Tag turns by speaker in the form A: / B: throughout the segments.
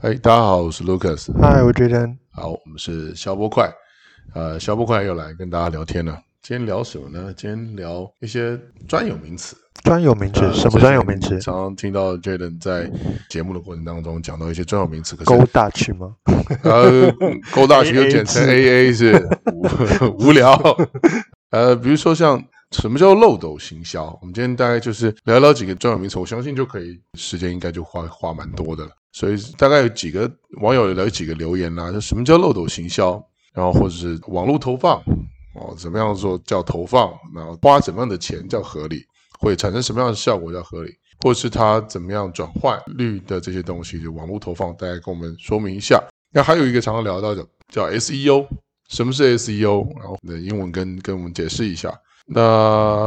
A: 嗨，哎大家好，我是 Lucas。
B: 嗨，我 Jaden。
A: 好，我们是消波快，呃，消波快又来跟大家聊天了。今天聊什么呢？今天聊一些专有名词。
B: 专有名词、
A: 呃
B: 什么专有名词
A: 最近常常听到 Jaden 在节目的过程当中讲到一些专有名词，可是
B: ？Go Dutch 吗？
A: 呃，勾大学又简称
B: AA
A: AA 是无无聊。呃，比如说像什么叫漏斗行销，我们今天大概就是聊聊几个专有名词，我相信就可以，时间应该就花花蛮多的了。所以大概有几个网友有几个留言啦、就什么叫漏斗行销，然后或者是网络投放哦，怎么样做叫投放，然后花怎么样的钱叫合理，会产生什么样的效果叫合理。或是它怎么样转换率的这些东西，就网络投放，大家跟我们说明一下。那还有一个常常聊到的叫 SEO，什么是 SEO？然后的英文跟跟我们解释一下。那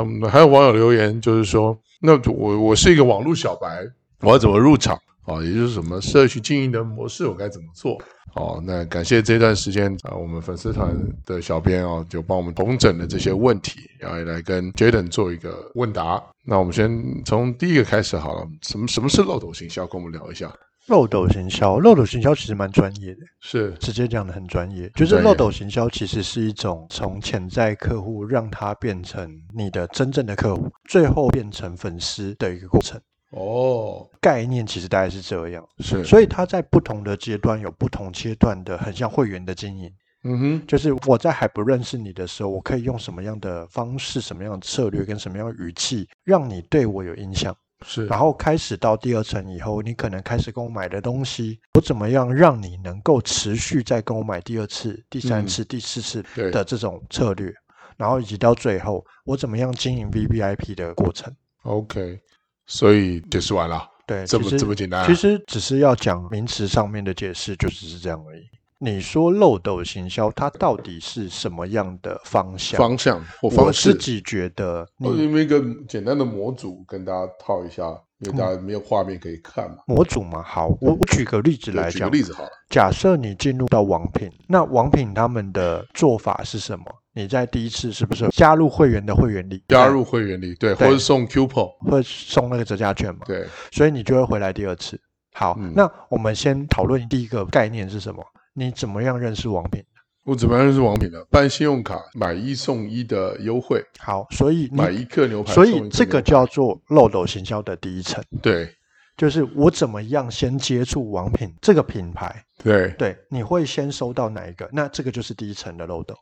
A: 嗯还有网友留言就是说，那我我是一个网络小白，我要怎么入场啊？也就是什么社区经营的模式，我该怎么做？哦，那感谢这段时间啊、我们粉丝团的小编哦，就帮我们统整了这些问题，然后也来跟 Jaden 做一个问答。那我们先从第一个开始好了，什么什么是漏斗行销？跟我们聊一下。
B: 漏斗行销，漏斗行销其实蛮专业的，
A: 是
B: 直接讲的很专业。就是
A: 专业
B: 漏斗行销其实是一种从潜在客户让他变成你的真正的客户，最后变成粉丝的一个过程。
A: 哦，
B: 概念其实大概是这样，
A: 是，
B: 所以它在不同的阶段有不同阶段的很像会员的经营。
A: 嗯哼，
B: 就是我在还不认识你的时候，我可以用什么样的方式、什么样的策略跟什么样的语气，让你对我有印象。
A: 是，
B: 然后开始到第二层以后，你可能开始跟我买的东西，我怎么样让你能够持续再跟我买第二次、第三次、第四次
A: 嗯对
B: 的这种策略，然后以及到最后，我怎么样经营 V V I P 的过程。
A: OK，所以解释完了，
B: 对，
A: 这
B: 其
A: 么
B: 实
A: 这么简单啊
B: 其实只是要讲名词上面的解释，就只是这样而已。你说漏斗行销，它到底是什么样的方向？
A: 方向或
B: 我
A: 方
B: 自
A: 式，呃
B: 己觉得
A: 我
B: 你
A: 们一个简单的模组跟大家套一下，因为大家没有画面可以看嘛。
B: 模组嘛，好，我我举个例子
A: 对
B: 来
A: 举个
B: 讲，
A: 例子好了，
B: 假设你进入到王品，那王品他们的做法是什么？你在第一次是不是加入会员的会员里
A: 加入会员里，对，或
B: 对
A: 者送 coupon，
B: 会送那个折价券嘛？
A: 对，
B: 所以你就会回来第二次。好，
A: 嗯
B: 那我们先讨论第一个概念是什么？你怎么样认识王品？
A: 我怎么样认识王品呢？办信用卡买一送一的优惠，
B: 好，所以
A: 买
B: 你
A: 一克牛排送
B: 所
A: 一克牛排，
B: 以这个叫做漏斗行销的第一层，
A: 对
B: 就是我怎么样先接触王品这个品牌。
A: 对
B: 对，你会先收到哪一个？那这个就是第一层的漏斗。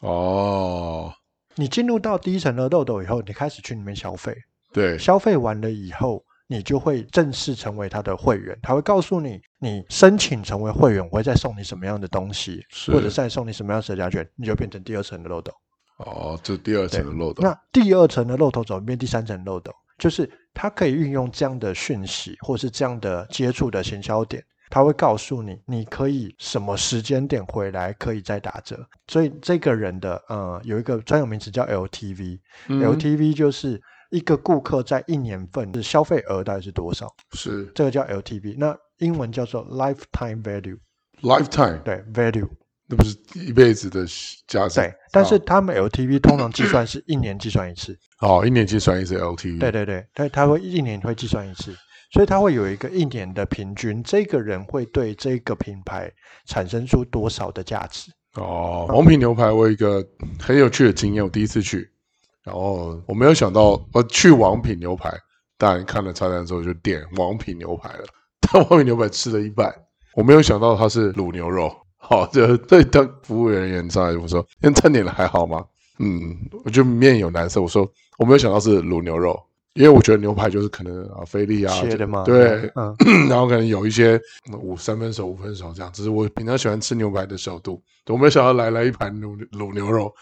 A: 哦，
B: 你进入到第一层的漏斗以后，你开始去里面消费，
A: 对
B: 消费完了以后，你就会正式成为他的会员。他会告诉你，你申请成为会员，我会再送你什么样的东西，
A: 是
B: 或者再送你什么样的折价券，你就变成第二层的漏斗。
A: 哦，这第二层的漏斗
B: 那第二层的漏斗怎么变第三层漏斗？就是它可以运用这样的讯息，或是这样的接触的行销点，它会告诉你，你可以什么时间点回来可以再打折。所以这个人的呃有一个专有名词叫 LTV，LTV、
A: 嗯
B: LTV 就是一个顾客在一年份的消费额大概是多少，
A: 是
B: 这个叫 LTV。那英文叫做 lifetime value，
A: lifetime，
B: 对 value，
A: 那不是一辈子的加上
B: 对。但是他们 LTV 通常计算是一年计算一次。
A: 哦，一年计算一次 LTV，
B: 对对对，他他会一年会计算一次，所以他会有一个一年的平均，这个人会对这个品牌产生出多少的价值？
A: 哦，王品牛排我有一个很有趣的经验，我第一次去，然后我没有想到我去王品牛排，当然看了菜单之后就点王品牛排了， 但王品牛排吃了一半，我没有想到它是卤牛肉。好，这对当服务人员上来我说：“那餐点的还好吗？”嗯，我就面有难色，我说我没有想到是卤牛肉，因为我觉得牛排就是可能啊菲力啊
B: 切的吗？
A: 对，
B: 嗯，
A: 然后可能有一些嗯五三分熟、五分熟这样，只是我平常喜欢吃牛排的熟度，我没有想到来了一盘卤卤牛肉，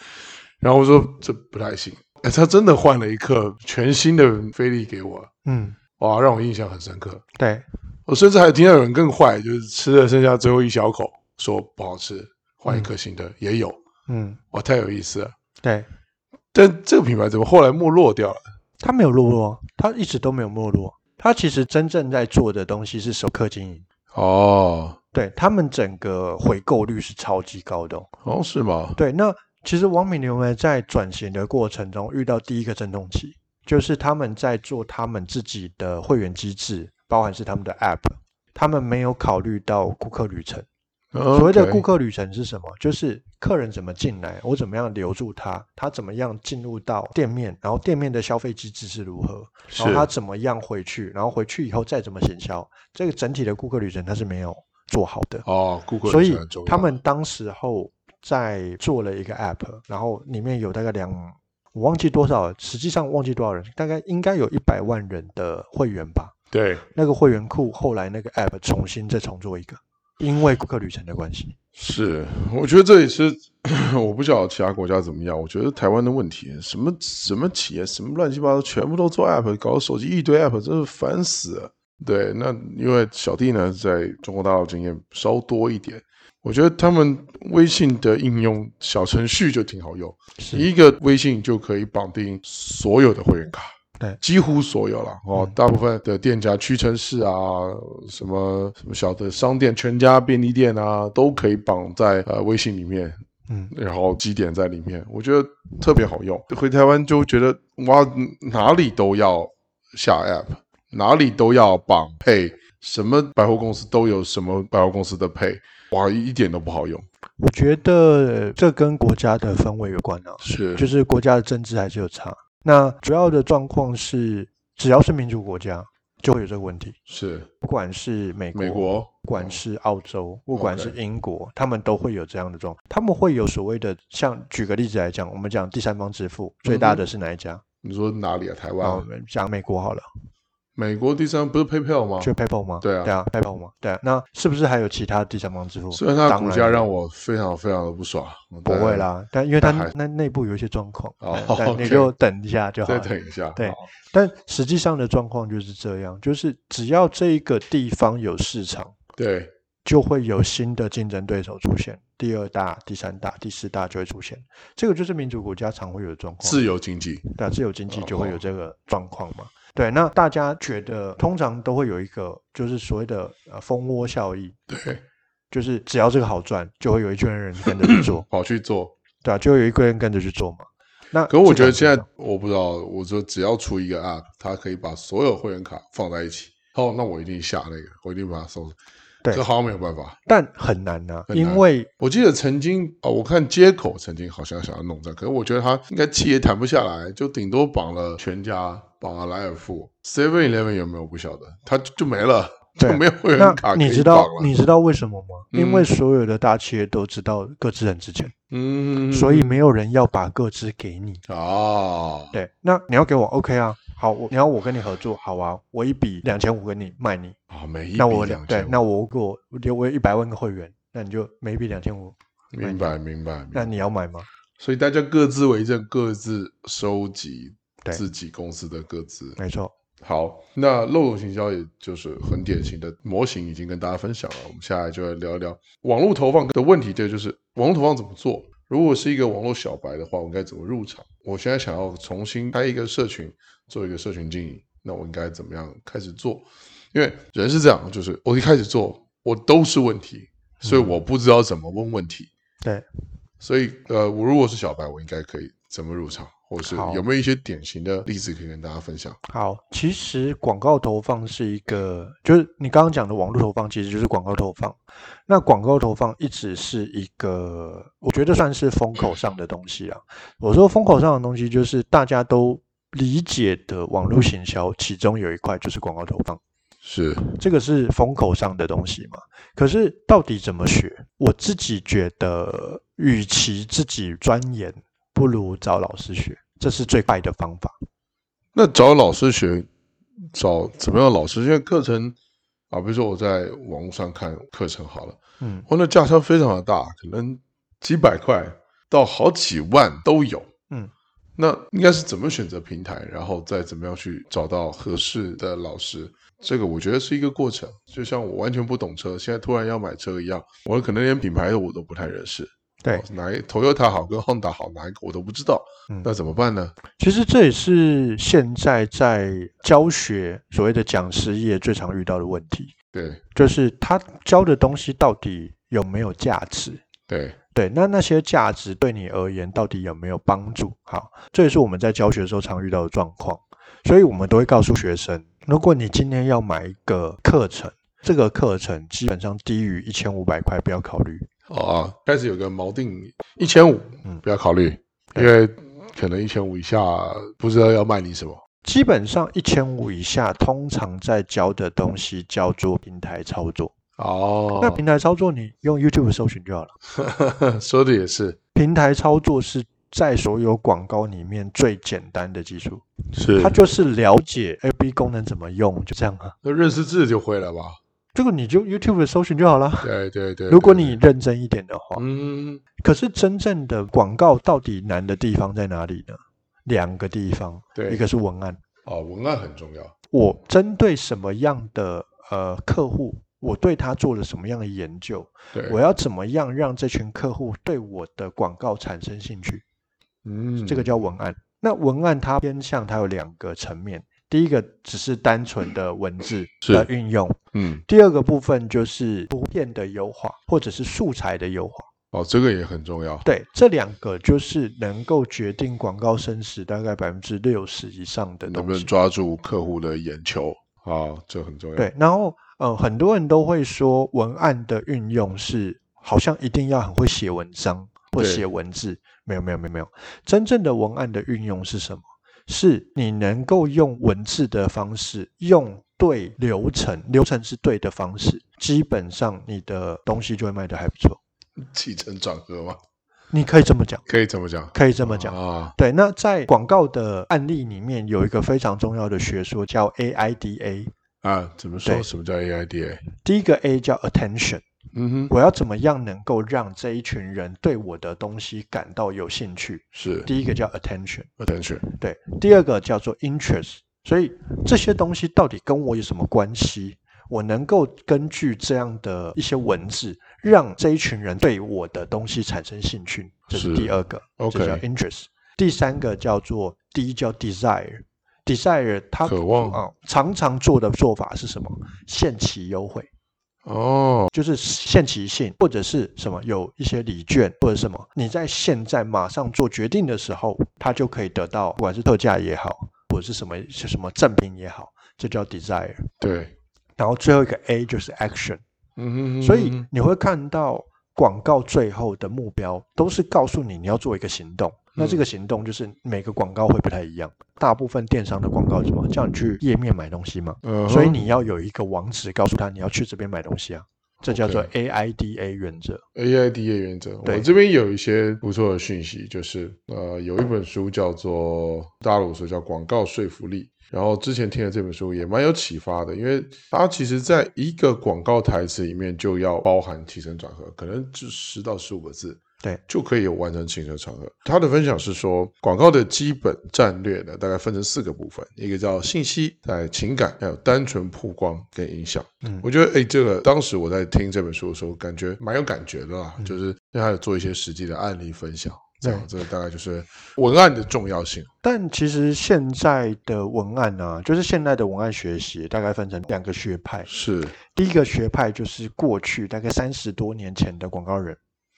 A: 然后我说这不太行，哎，他真的换了一颗全新的菲力给我，
B: 嗯，
A: 哇，让我印象很深刻。
B: 对，
A: 我甚至还听到有人更坏，就是吃了剩下最后一小口，说不好吃，换一颗新的、也有，
B: 嗯，
A: 哇，太有意思了。
B: 对，
A: 但这个品牌怎么后来没落掉了？
B: 他没有没落，他一直都没有没落，他其实真正在做的东西是熟客经营，
A: 哦，
B: 对他们整个回购率是超级高的哦、
A: 好像是吗？
B: 对，那其实王品牛排在转型的过程中遇到第一个阵痛期，就是他们在做他们自己的会员机制，包含是他们的 App，他们没有考虑到顾客旅程。
A: 所
B: 所谓的顾客旅程是什么？就是客人怎么进来，我怎么样留住他，他怎么样进入到店面，然后店面的消费机制是如何，然后他怎么样回去，然后回去以后再怎么行销，这个整体的顾客旅程他是没有做好的。
A: 哦，顾客
B: 所以
A: 很重要
B: 他们当时候在做了一个 app，然后里面有大概两，我忘记多少，实际上忘记多少人，大概应该有一百万人的会员吧。
A: 对
B: 那个会员库后来那个 app 重新再重做一个，因为顾客旅程的关系。
A: 是，我觉得这也是 我不晓得其他国家怎么样，我觉得台湾的问题，什么什么企业，什么乱七八糟，全部都做 app，搞手机一堆 app，真是烦死了。对，那因为小弟呢，在中国大陆经验稍多一点，我觉得他们微信的应用小程序就挺好用，
B: 是，
A: 一个微信就可以绑定所有的会员卡。
B: 对
A: 几乎所有了哦
B: 嗯，
A: 大部分的店家，屈臣氏啊，什么什么小的商店、全家便利店啊，都可以绑在呃微信里面，
B: 嗯，
A: 然后积点在里面，我觉得特别好用。回台湾就觉得哇，哪里都要下 app，哪里都要绑配，什么百货公司都有什么百货公司的配，哇，一点都不好用。
B: 我觉得这跟国家的氛围有关啊，
A: 是
B: 就是国家的政治还是有差。那主要的状况是，只要是民主国家，就会有这个问题，
A: 是，
B: 不管是美国、
A: 美国
B: 不管是澳洲，不
A: 哦 OK
B: 管是英国，他们都会有这样的状况。他们会有所谓的，像举个例子来讲，我们讲第三方支付最大
A: 嗯
B: 的是哪一家？
A: 你说哪里啊？台湾
B: 啊，我
A: 啊、
B: 们讲美国好了，
A: 美国第三不是 PayPal 吗？
B: 就 PayPal 吗？
A: 对啊
B: 对啊，PayPal 吗？对啊，那是不是还有其他第三方支付？
A: 虽然它的
B: 当
A: 股价让我非常非常的不爽，
B: 不会啦，但因为它
A: 但还是
B: 那内部有一些状况，
A: 哦
B: 哎但
A: OK
B: 你就等一下就好
A: 再
B: 了。
A: 等一下。
B: 对
A: 好
B: 但实际上的状况就是这样，就是只要这一个地方有市场，
A: 对，
B: 就会有新的竞争对手出现，第二大、第三大、第四大就会出现。这个就是民主国家常会有的状况。
A: 自由经济
B: 对啊，自由经济就会
A: 呃哦
B: 有这个状况嘛。对，那大家觉得通常都会有一个就是所谓的呃蜂窝效应，
A: 对，，
B: 就是只要这个好赚，就会有一群人跟着去做
A: 跑去做。
B: 对啊，就会有一个人跟着去做嘛。那
A: 可我
B: 这
A: 觉得
B: 种
A: 现在
B: 情况
A: 我不知道，我说只要出一个 app，它可以把所有会员卡放在一起。哦，那我一定下那个，我一定把它收。
B: 对
A: 这好像没有办法。
B: 但很难呐、
A: 很难
B: 因为
A: 我记得曾经啊、我看接口曾经好像想要弄这样，可是我觉得他应该气也谈不下来，就顶多绑了全家，绑了莱尔富，Seven Eleven 有没有不晓得，他就就没了，
B: 对
A: 就没有会员卡
B: 那
A: 可
B: 你
A: 以
B: 知
A: 绑
B: 道
A: 了。
B: 你知道为什么吗？
A: 嗯
B: 因为所有的大企业都知道各自很值钱，
A: 嗯，
B: 所以没有人要把各自给你。
A: 啊，
B: 对，那你要给我 OK 啊？好，我你要我跟你合作，好啊，我一笔两千五给你卖你，
A: 啊，每一
B: 那
A: 笔
B: 我两
A: 两
B: 对
A: 千，
B: 那我给我留我一百万个会员，那你就每一笔两千五，
A: 明白明白。明
B: 那
A: 白
B: 你要买吗？
A: 所以大家各自为政，各自收集
B: 对
A: 自己公司的各自。
B: 没错，
A: 好，那漏斗行销也就是很典型的模型，已经跟大家分享了。我们下来就来聊一聊网络投放的问题，这就是网络投放怎么做。如果是一个网络小白的话，我应该怎么入场？我现在想要重新开一个社群，做一个社群经营，那我应该怎么样开始做？因为人是这样，就是我一开始做，我都是问题，所以我不知道怎么问问题。
B: 嗯对，
A: 所以呃，我如果是小白，我应该可以怎么入场，或者是
B: 好
A: 有没有一些典型的例子可以跟大家分享？
B: 好，其实广告投放是一个，就是你刚刚讲的网络投放，其实就是广告投放。那广告投放一直是一个，我觉得算是风口上的东西啊。我说风口上的东西，就是大家都理解的网络行销，其中有一块就是广告投放，
A: 是
B: 这个是风口上的东西嘛。可是到底怎么学？我自己觉得，与其自己钻研，不如找老师学，这是最快的方法。
A: 那找老师学，找怎么样的老师？因为课程啊，比如说我在网络上看课程好了，
B: 嗯
A: 我那价差非常的大，可能几百块到好几万都有。
B: 嗯。
A: 那应该是怎么选择平台，然后再怎么样去找到合适的老师？这个我觉得是一个过程，就像我完全不懂车，现在突然要买车一样，我可能连品牌我都不太认识，
B: 对
A: 哦，哪一 Toyota 好跟 Honda 好哪一个我都不知道，
B: 嗯
A: 那怎么办呢？
B: 其实这也是现在在教学所谓的讲师业最常遇到的问题，
A: 对
B: 就是他教的东西到底有没有价值？
A: 对，
B: 对，那那些价值对你而言到底有没有帮助？好，这也是我们在教学的时候常遇到的状况，所以我们都会告诉学生，如果你今天要买一个课程，这个课程基本上低于一千五百块不要考虑。
A: 啊，开始有个锚定一千五
B: 嗯，
A: 不要考虑，因为可能一千五以下不知道要卖你什么。
B: 基本上一千五以下，通常在教的东西叫做平台操作。
A: 哦，
B: 那平台操作你用 YouTube 搜寻就好了。
A: 说的也是，
B: 平台操作是在所有广告里面最简单的技术，
A: 是
B: 它就是了解 FB 功能怎么用，就这样啊。
A: 那认识字就会了吧？
B: 这个你就 YouTube 搜寻就好了。
A: 对对对。
B: 如果
A: 对
B: 你认真一点的话，
A: 嗯，
B: 可是真正的广告到底难的地方在哪里呢？两个地方，
A: 对
B: 一个是文案，
A: 哦，文案很重要。
B: 我针对什么样的呃客户，我对他做了什么样的研究，
A: 对，
B: 我要怎么样让这群客户对我的广告产生兴趣，
A: 嗯，
B: 这个叫文案。那文案它偏向它有两个层面，第一个只是单纯的文字
A: 是
B: 的运用，
A: 嗯，
B: 第二个部分就是图片的优化或者是素材的优化。
A: 哦，这个也很重要。
B: 对，这两个就是能够决定广告生死大概百分之六十以上的
A: 能
B: 东
A: 不能
B: 西。
A: 抓住客户的眼球啊？这很重要。，
B: 对，然后呃，很多人都会说文案的运用是好像一定要很会写文章或
A: 对
B: 写文字，没有没有没有没有，真正的文案的运用是什么？是你能够用文字的方式，用对流程，流程是对的方式，基本上你的东西就会卖得还不错。
A: 起承转合嘛，
B: 你可以这么讲，
A: 可以这么讲。
B: 可以这么讲。
A: 啊，
B: 对，那在广告的案例里面有一个非常重要的学说叫 AIDA。
A: 啊，怎么说？
B: 对
A: 什么叫 AIDA？
B: 第一个 A 叫 attention，
A: 嗯哼，
B: 我要怎么样能够让这一群人对我的东西感到有兴趣？
A: 是
B: 第一个叫 attention，
A: attention。
B: 对。第二个叫做 interest，所以这些东西到底跟我有什么关系？我能够根据这样的一些文字，让这一群人对我的东西产生兴趣，这是
A: 是
B: 第二个。
A: OK
B: 这叫 interest。第三个叫做第一叫 desire。desire 它
A: 渴望
B: 啊、常常做的做法是什么？限期优惠，
A: 哦，
B: 就是限期性或者是什么有一些礼券或者什么，你在现在马上做决定的时候，它就可以得到，不管是特价也好，或者是什么是什么赠品也好，这叫 desire。
A: 对，
B: 然后最后一个 A 就是 action，
A: 嗯哼哼，
B: 所以你会看到广告最后的目标都是告诉你你要做一个行动。那这个行动就是每个广告会不太一样，大部分电商的广告是什么叫你去页面买东西嘛，
A: 嗯哼
B: 所以你要有一个网址告诉他你要去这边买东西啊，这叫做 AIDA 原则。
A: AIDA 原则，我
B: 对
A: 这边有一些不错的讯息，就是呃，有一本书叫做大陆说叫《广告说服力》，然后之前听了这本书也蛮有启发的，因为它其实在一个广告台词里面就要包含起承转合，可能就十到十五个字，
B: 对，
A: 就可以有完成起承转合。他的分享是说，广告的基本战略呢，大概分成四个部分，一个叫信息，在情感，还有单纯曝光跟影响。
B: 嗯
A: 我觉得哎，这个当时我在听这本书的时候，感觉蛮有感觉的
B: 嗯
A: 啦，就是因为他有做一些实际的案例分享，这样这个大概就是文案的重要性。
B: 但其实现在的文案呢、啊，就是现在的文案学习大概分成两个学派，
A: 是，
B: 第一个学派就是过去大概三十多年前的广告人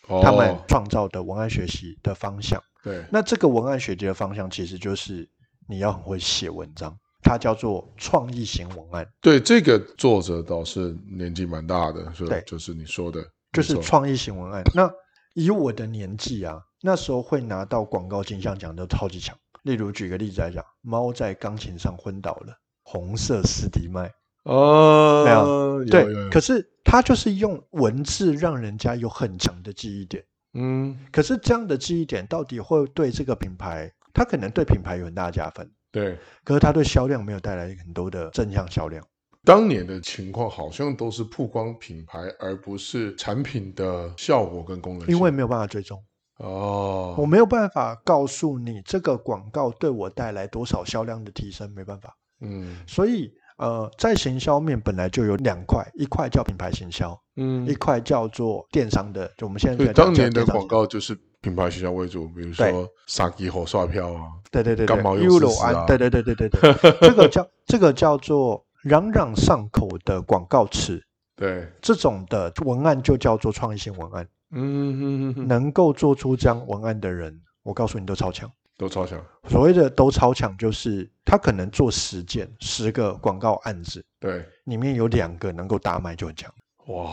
A: 哦，
B: 他们创造的文案学习的方向。
A: 对，
B: 那这个文案学习的方向其实就是你要很会写文章，它叫做创意型文案，
A: 对，这个作者倒是年纪蛮大的，是吧
B: 对
A: 就是你说的，
B: 就是
A: 没错
B: 创意型文案。那以我的年纪啊，那时候会拿到广告金像奖都超级强。例如举个例子来讲，猫在钢琴上昏倒了，红色斯迪麦，没
A: 哦，
B: 有
A: 有
B: 对，
A: 有有
B: 可是它就是用文字让人家有很强的记忆点。
A: 嗯，
B: 可是这样的记忆点到底会对这个品牌，它可能对品牌有很大的加分，
A: 对，
B: 可是它对销量没有带来很多的正向销量。
A: 当年的情况好像都是曝光品牌，而不是产品的效果跟功能性。
B: 因为没有办法追踪，
A: 哦，
B: 我没有办法告诉你这个广告对我带来多少销量的提升，没办法。
A: 嗯
B: 所以，呃，在行销面本来就有两块，一块叫品牌行销，
A: 嗯
B: 一块叫做电商的，就我们现在
A: 所以
B: 在讲
A: 当年
B: 叫
A: 的
B: 电商
A: 广，告就是品牌形象为主，比如说傻鸡火刷票啊，
B: 对对对对，
A: 干毛
B: 优
A: 有
B: 柔
A: 事实啊
B: 安，对对对对对对， 这个叫这个叫做朗朗上口的广告词，
A: 对，
B: 这种的文案就叫做创意性文案，
A: 嗯嗯嗯，
B: 能够做出这样文案的人，我告诉你都超强。
A: 都超强。
B: 所谓的都超强，就是他可能做十件、十个广告案子，
A: 对，
B: 里面有两个能够大卖就很强，
A: 哇，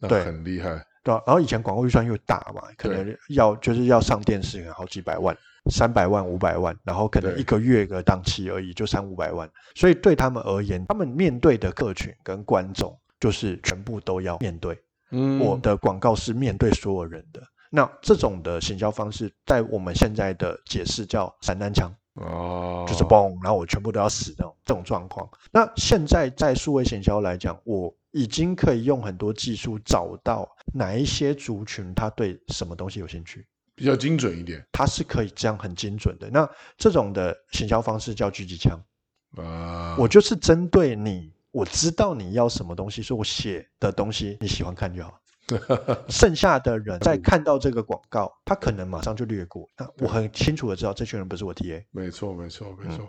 A: 那
B: 对
A: 很厉害。
B: 对啊吧、然后以前广告预算又大嘛，可能要就是要上电视，可啊能好几百万、三百万、五百万，然后可能
A: 对
B: 一个月个档期而已，就三五百万。所以对他们而言，他们面对的客群跟观众就是全部都要面对。
A: 嗯，
B: 我的广告是面对所有人的。那这种的行销方式，在我们现在的解释叫散弹枪，
A: 哦，
B: 就是嘣，然后我全部都要死那种这种状况。那现在在数位行销来讲，我已经可以用很多技术找到哪一些族群他对什么东西有兴趣，
A: 比较精准一点
B: 它是可以这样很精准的。那这种的行销方式叫狙击枪，
A: 啊。
B: 我就是针对你，我知道你要什么东西，所以我写的东西你喜欢看就好。剩下的人在看到这个广告，他可能马上就略过。那我很清楚的知道，这群人不是我 TA。
A: 没错，没错，
B: 嗯
A: 没错。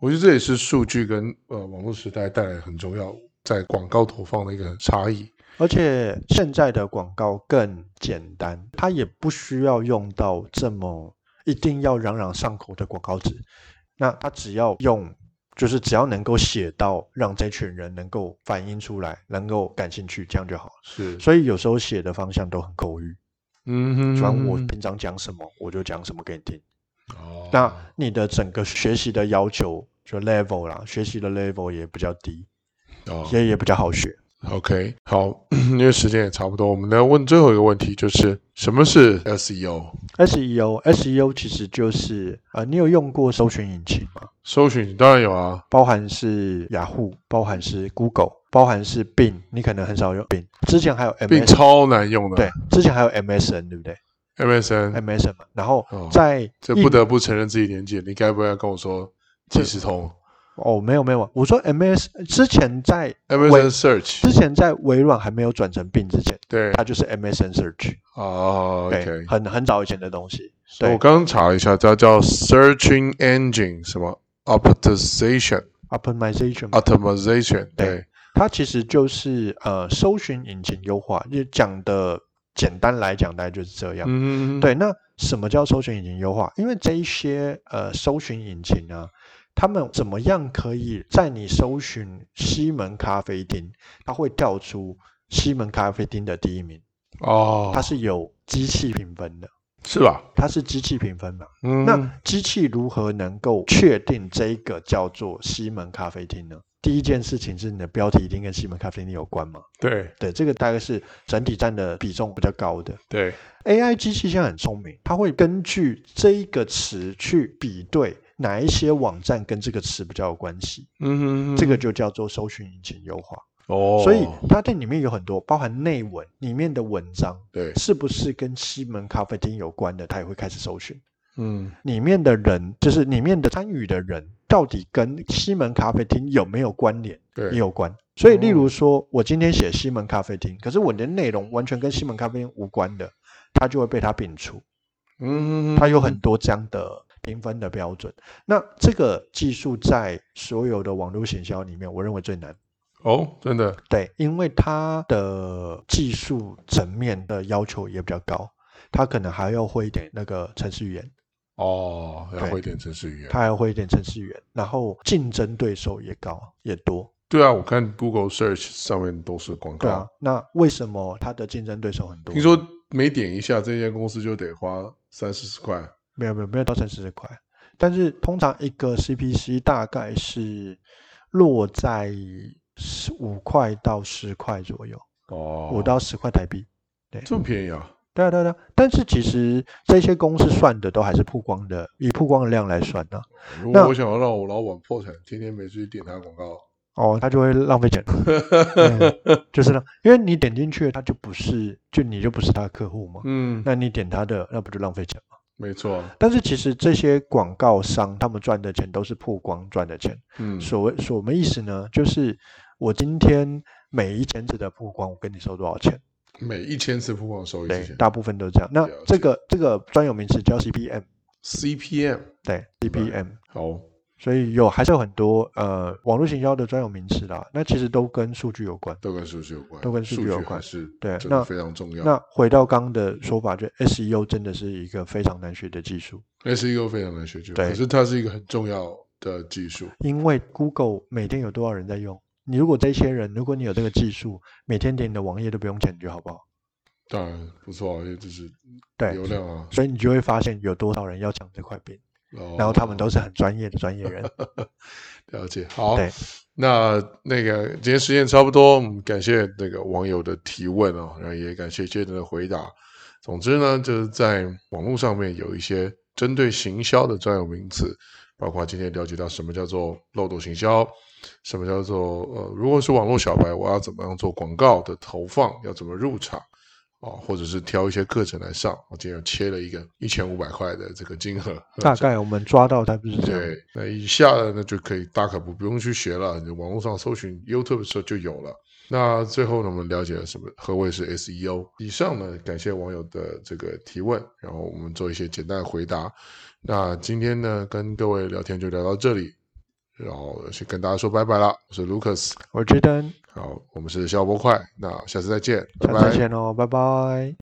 A: 我觉得这也是数据跟呃网络时代带来很重要，在广告投放的一个差异。
B: 而且现在的广告更简单，它也不需要用到这么一定要朗朗上口的广告词。那它只要用，就是只要能够写到让这群人能够反映出来，能够感兴趣，这样就好了。
A: 是，
B: 所以有时候写的方向都很口语。
A: 嗯哼，
B: 喜欢我平常讲什么，我就讲什么给你听。
A: 哦，
B: 那你的整个学习的要求就 level 啦，学习的 level 也比较低，
A: 哦
B: 也也比较好学。
A: OK，好， 因为时间也差不多，我们来问最后一个问题，就是什么是 E SEO？
B: SEO SEO E 其实就是呃，你有用过搜寻引擎吗？
A: 搜寻当然有啊，
B: 包含是雅虎，包含是 Google，包含是 Bing，你可能很少用 Bing。之前还有
A: 并
B: MS，
A: 超啊难用的，
B: 对，哎之前还有 MSN，对不对
A: ，MSN，
B: ？MSN 嘛，然后
A: 嗯哦
B: 在
A: 这
B: 一
A: 不得不承认自己年纪，你该不会要跟我说即时通
B: 哦，没有没有，我说 MS 之前在
A: ，MSN Search，
B: 之前在微软还没有转成 Bing 之前，
A: 对，
B: 它就是 MSN Search。
A: 哦
B: 对
A: ，OK，，
B: 很很早以前的东西。
A: 所以
B: 对
A: 我刚刚查了一下，它叫 Searching Engine 什么 Optimization
B: ，optimization，、
A: Optimization，
B: 对
A: 对，
B: 它其实就是呃搜寻引擎优化，就讲的简单来讲，大概就是这样。
A: 嗯，
B: 对，那什么叫搜寻引擎优化？因为这一些呃搜寻引擎啊，他们怎么样可以在你搜寻西门咖啡厅，它会跳出西门咖啡厅的第一名，
A: 哦
B: 它，是有机器评分的，
A: 是吧？
B: 它是机器评分嘛？
A: 嗯，
B: 那机器如何能够确定这一个叫做西门咖啡厅呢？第一件事情是你的标题一定跟西门咖啡厅有关嘛？
A: 对
B: 对，这个大概是整体占的比重比较高的。
A: 对，
B: AI 机器现在很聪明，它会根据这一个词去比对哪一些网站跟这个词比较有关系，
A: 嗯，
B: 这个就叫做搜寻引擎优化。
A: 哦，
B: 所以它在里面有很多包含内文里面的文章，
A: 对，
B: 是不是跟西门咖啡厅有关的，它也会开始搜寻。
A: 嗯。
B: 里面的人，就是里面的参与的人，到底跟西门咖啡厅有没有关联？
A: 对，
B: 也有关。所以，
A: 哦
B: 例如说，我今天写西门咖啡厅，可是我的内容完全跟西门咖啡厅无关的，它就会被它摒除。
A: 嗯，
B: 它有很多这样的评分的标准。那这个技术在所有的网络行销里面，我认为最难。
A: 哦，真的，
B: 对，因为它的技术层面的要求也比较高，它可能还要会一点那个程式语言。
A: 哦，要
B: 对
A: 会一点程式语言。
B: 它还会一点程序员，然后竞争对手也高也多，
A: 对啊，我看 Google Search 上面都是广告。
B: 对啊。那为什么它的竞争对手很多？
A: 听说每点一下，这间公司就得花三四十块。
B: 没有没有没有到三十块，但是通常一个 CPC 大概是落在十五块到十块左右，
A: 哦，
B: 五到十块台币。
A: 这么便宜啊？
B: 对啊对啊对啊，但是其实这些公司算的都还是曝光的，以曝光的量来算的、
A: 如
B: 那
A: 果我想要让我老板破产，天天没事去点他广 告，
B: 哦，他就会浪费钱，嗯就是呢，因为你点进去，他就不是，就你就不是他的客户嘛，
A: 嗯，
B: 那你点他的，那不就浪费钱吗？
A: 没错，
B: 但是其实这些广告商他们赚的钱都是曝光赚的钱。
A: 嗯，
B: 所谓所谓意思呢，就是我今天每一千次的曝光，我跟你收多少钱？
A: 每一千次曝光收益之
B: 对，
A: 前
B: 大部分都是这样。那
A: 了解
B: 这个这个专有名词叫 CPM，
A: ，CPM
B: 对 CPM。
A: 好，
B: 所以有还是有很多呃网络行销的专有名词啦，那其实都跟数据有关。
A: 都跟数据有关，
B: 都跟数据有关
A: 还是
B: 对
A: 真
B: 那
A: 的非常重要。
B: 那回到刚刚的说法，就 SEO 真的是一个非常难学的技术，
A: SEO 非常难学就，
B: 对
A: 可是它是一个很重要的技术。
B: 因为 Google 每天有多少人在用？你如果这些人，如果你有这个技术，每天点你的网页都不用钱就好不好？
A: 当然不错啊，因为这是
B: 对
A: 流量啊，
B: 所以你就会发现有多少人要抢这块饼，
A: 然
B: 然后他们都是很专业的专业人。
A: 了解。 好啊
B: 对，
A: 那那个今天时间差不多，我们感谢那个网友的提问哦，然后也感谢 Jaden 的回答。总之呢，就是在网络上面有一些针对行销的专有名词，包括今天了解到什么叫做漏斗行销，什么叫做呃，如果是网络小白，我要怎么样做广告的投放，要怎么入场。啊，或者是挑一些课程来上，我今天又切了一个一千五百块的这个金额，
B: 大概我们抓到它不是这样。
A: 对，那以下的呢就可以大可不不用去学了，你网络上搜寻 YouTube 的时候就有了。那最后呢，我们了解了什么何谓是 SEO。以上呢，感谢网友的这个提问，然后我们做一些简单的回答。那今天呢，跟各位聊天就聊到这里，然后先跟大家说拜拜啦。我是 Lucas，
B: 我觉得
A: 好，我们是小博快，那下次再见，拜
B: 下
A: 拜。
B: 次见哦，拜拜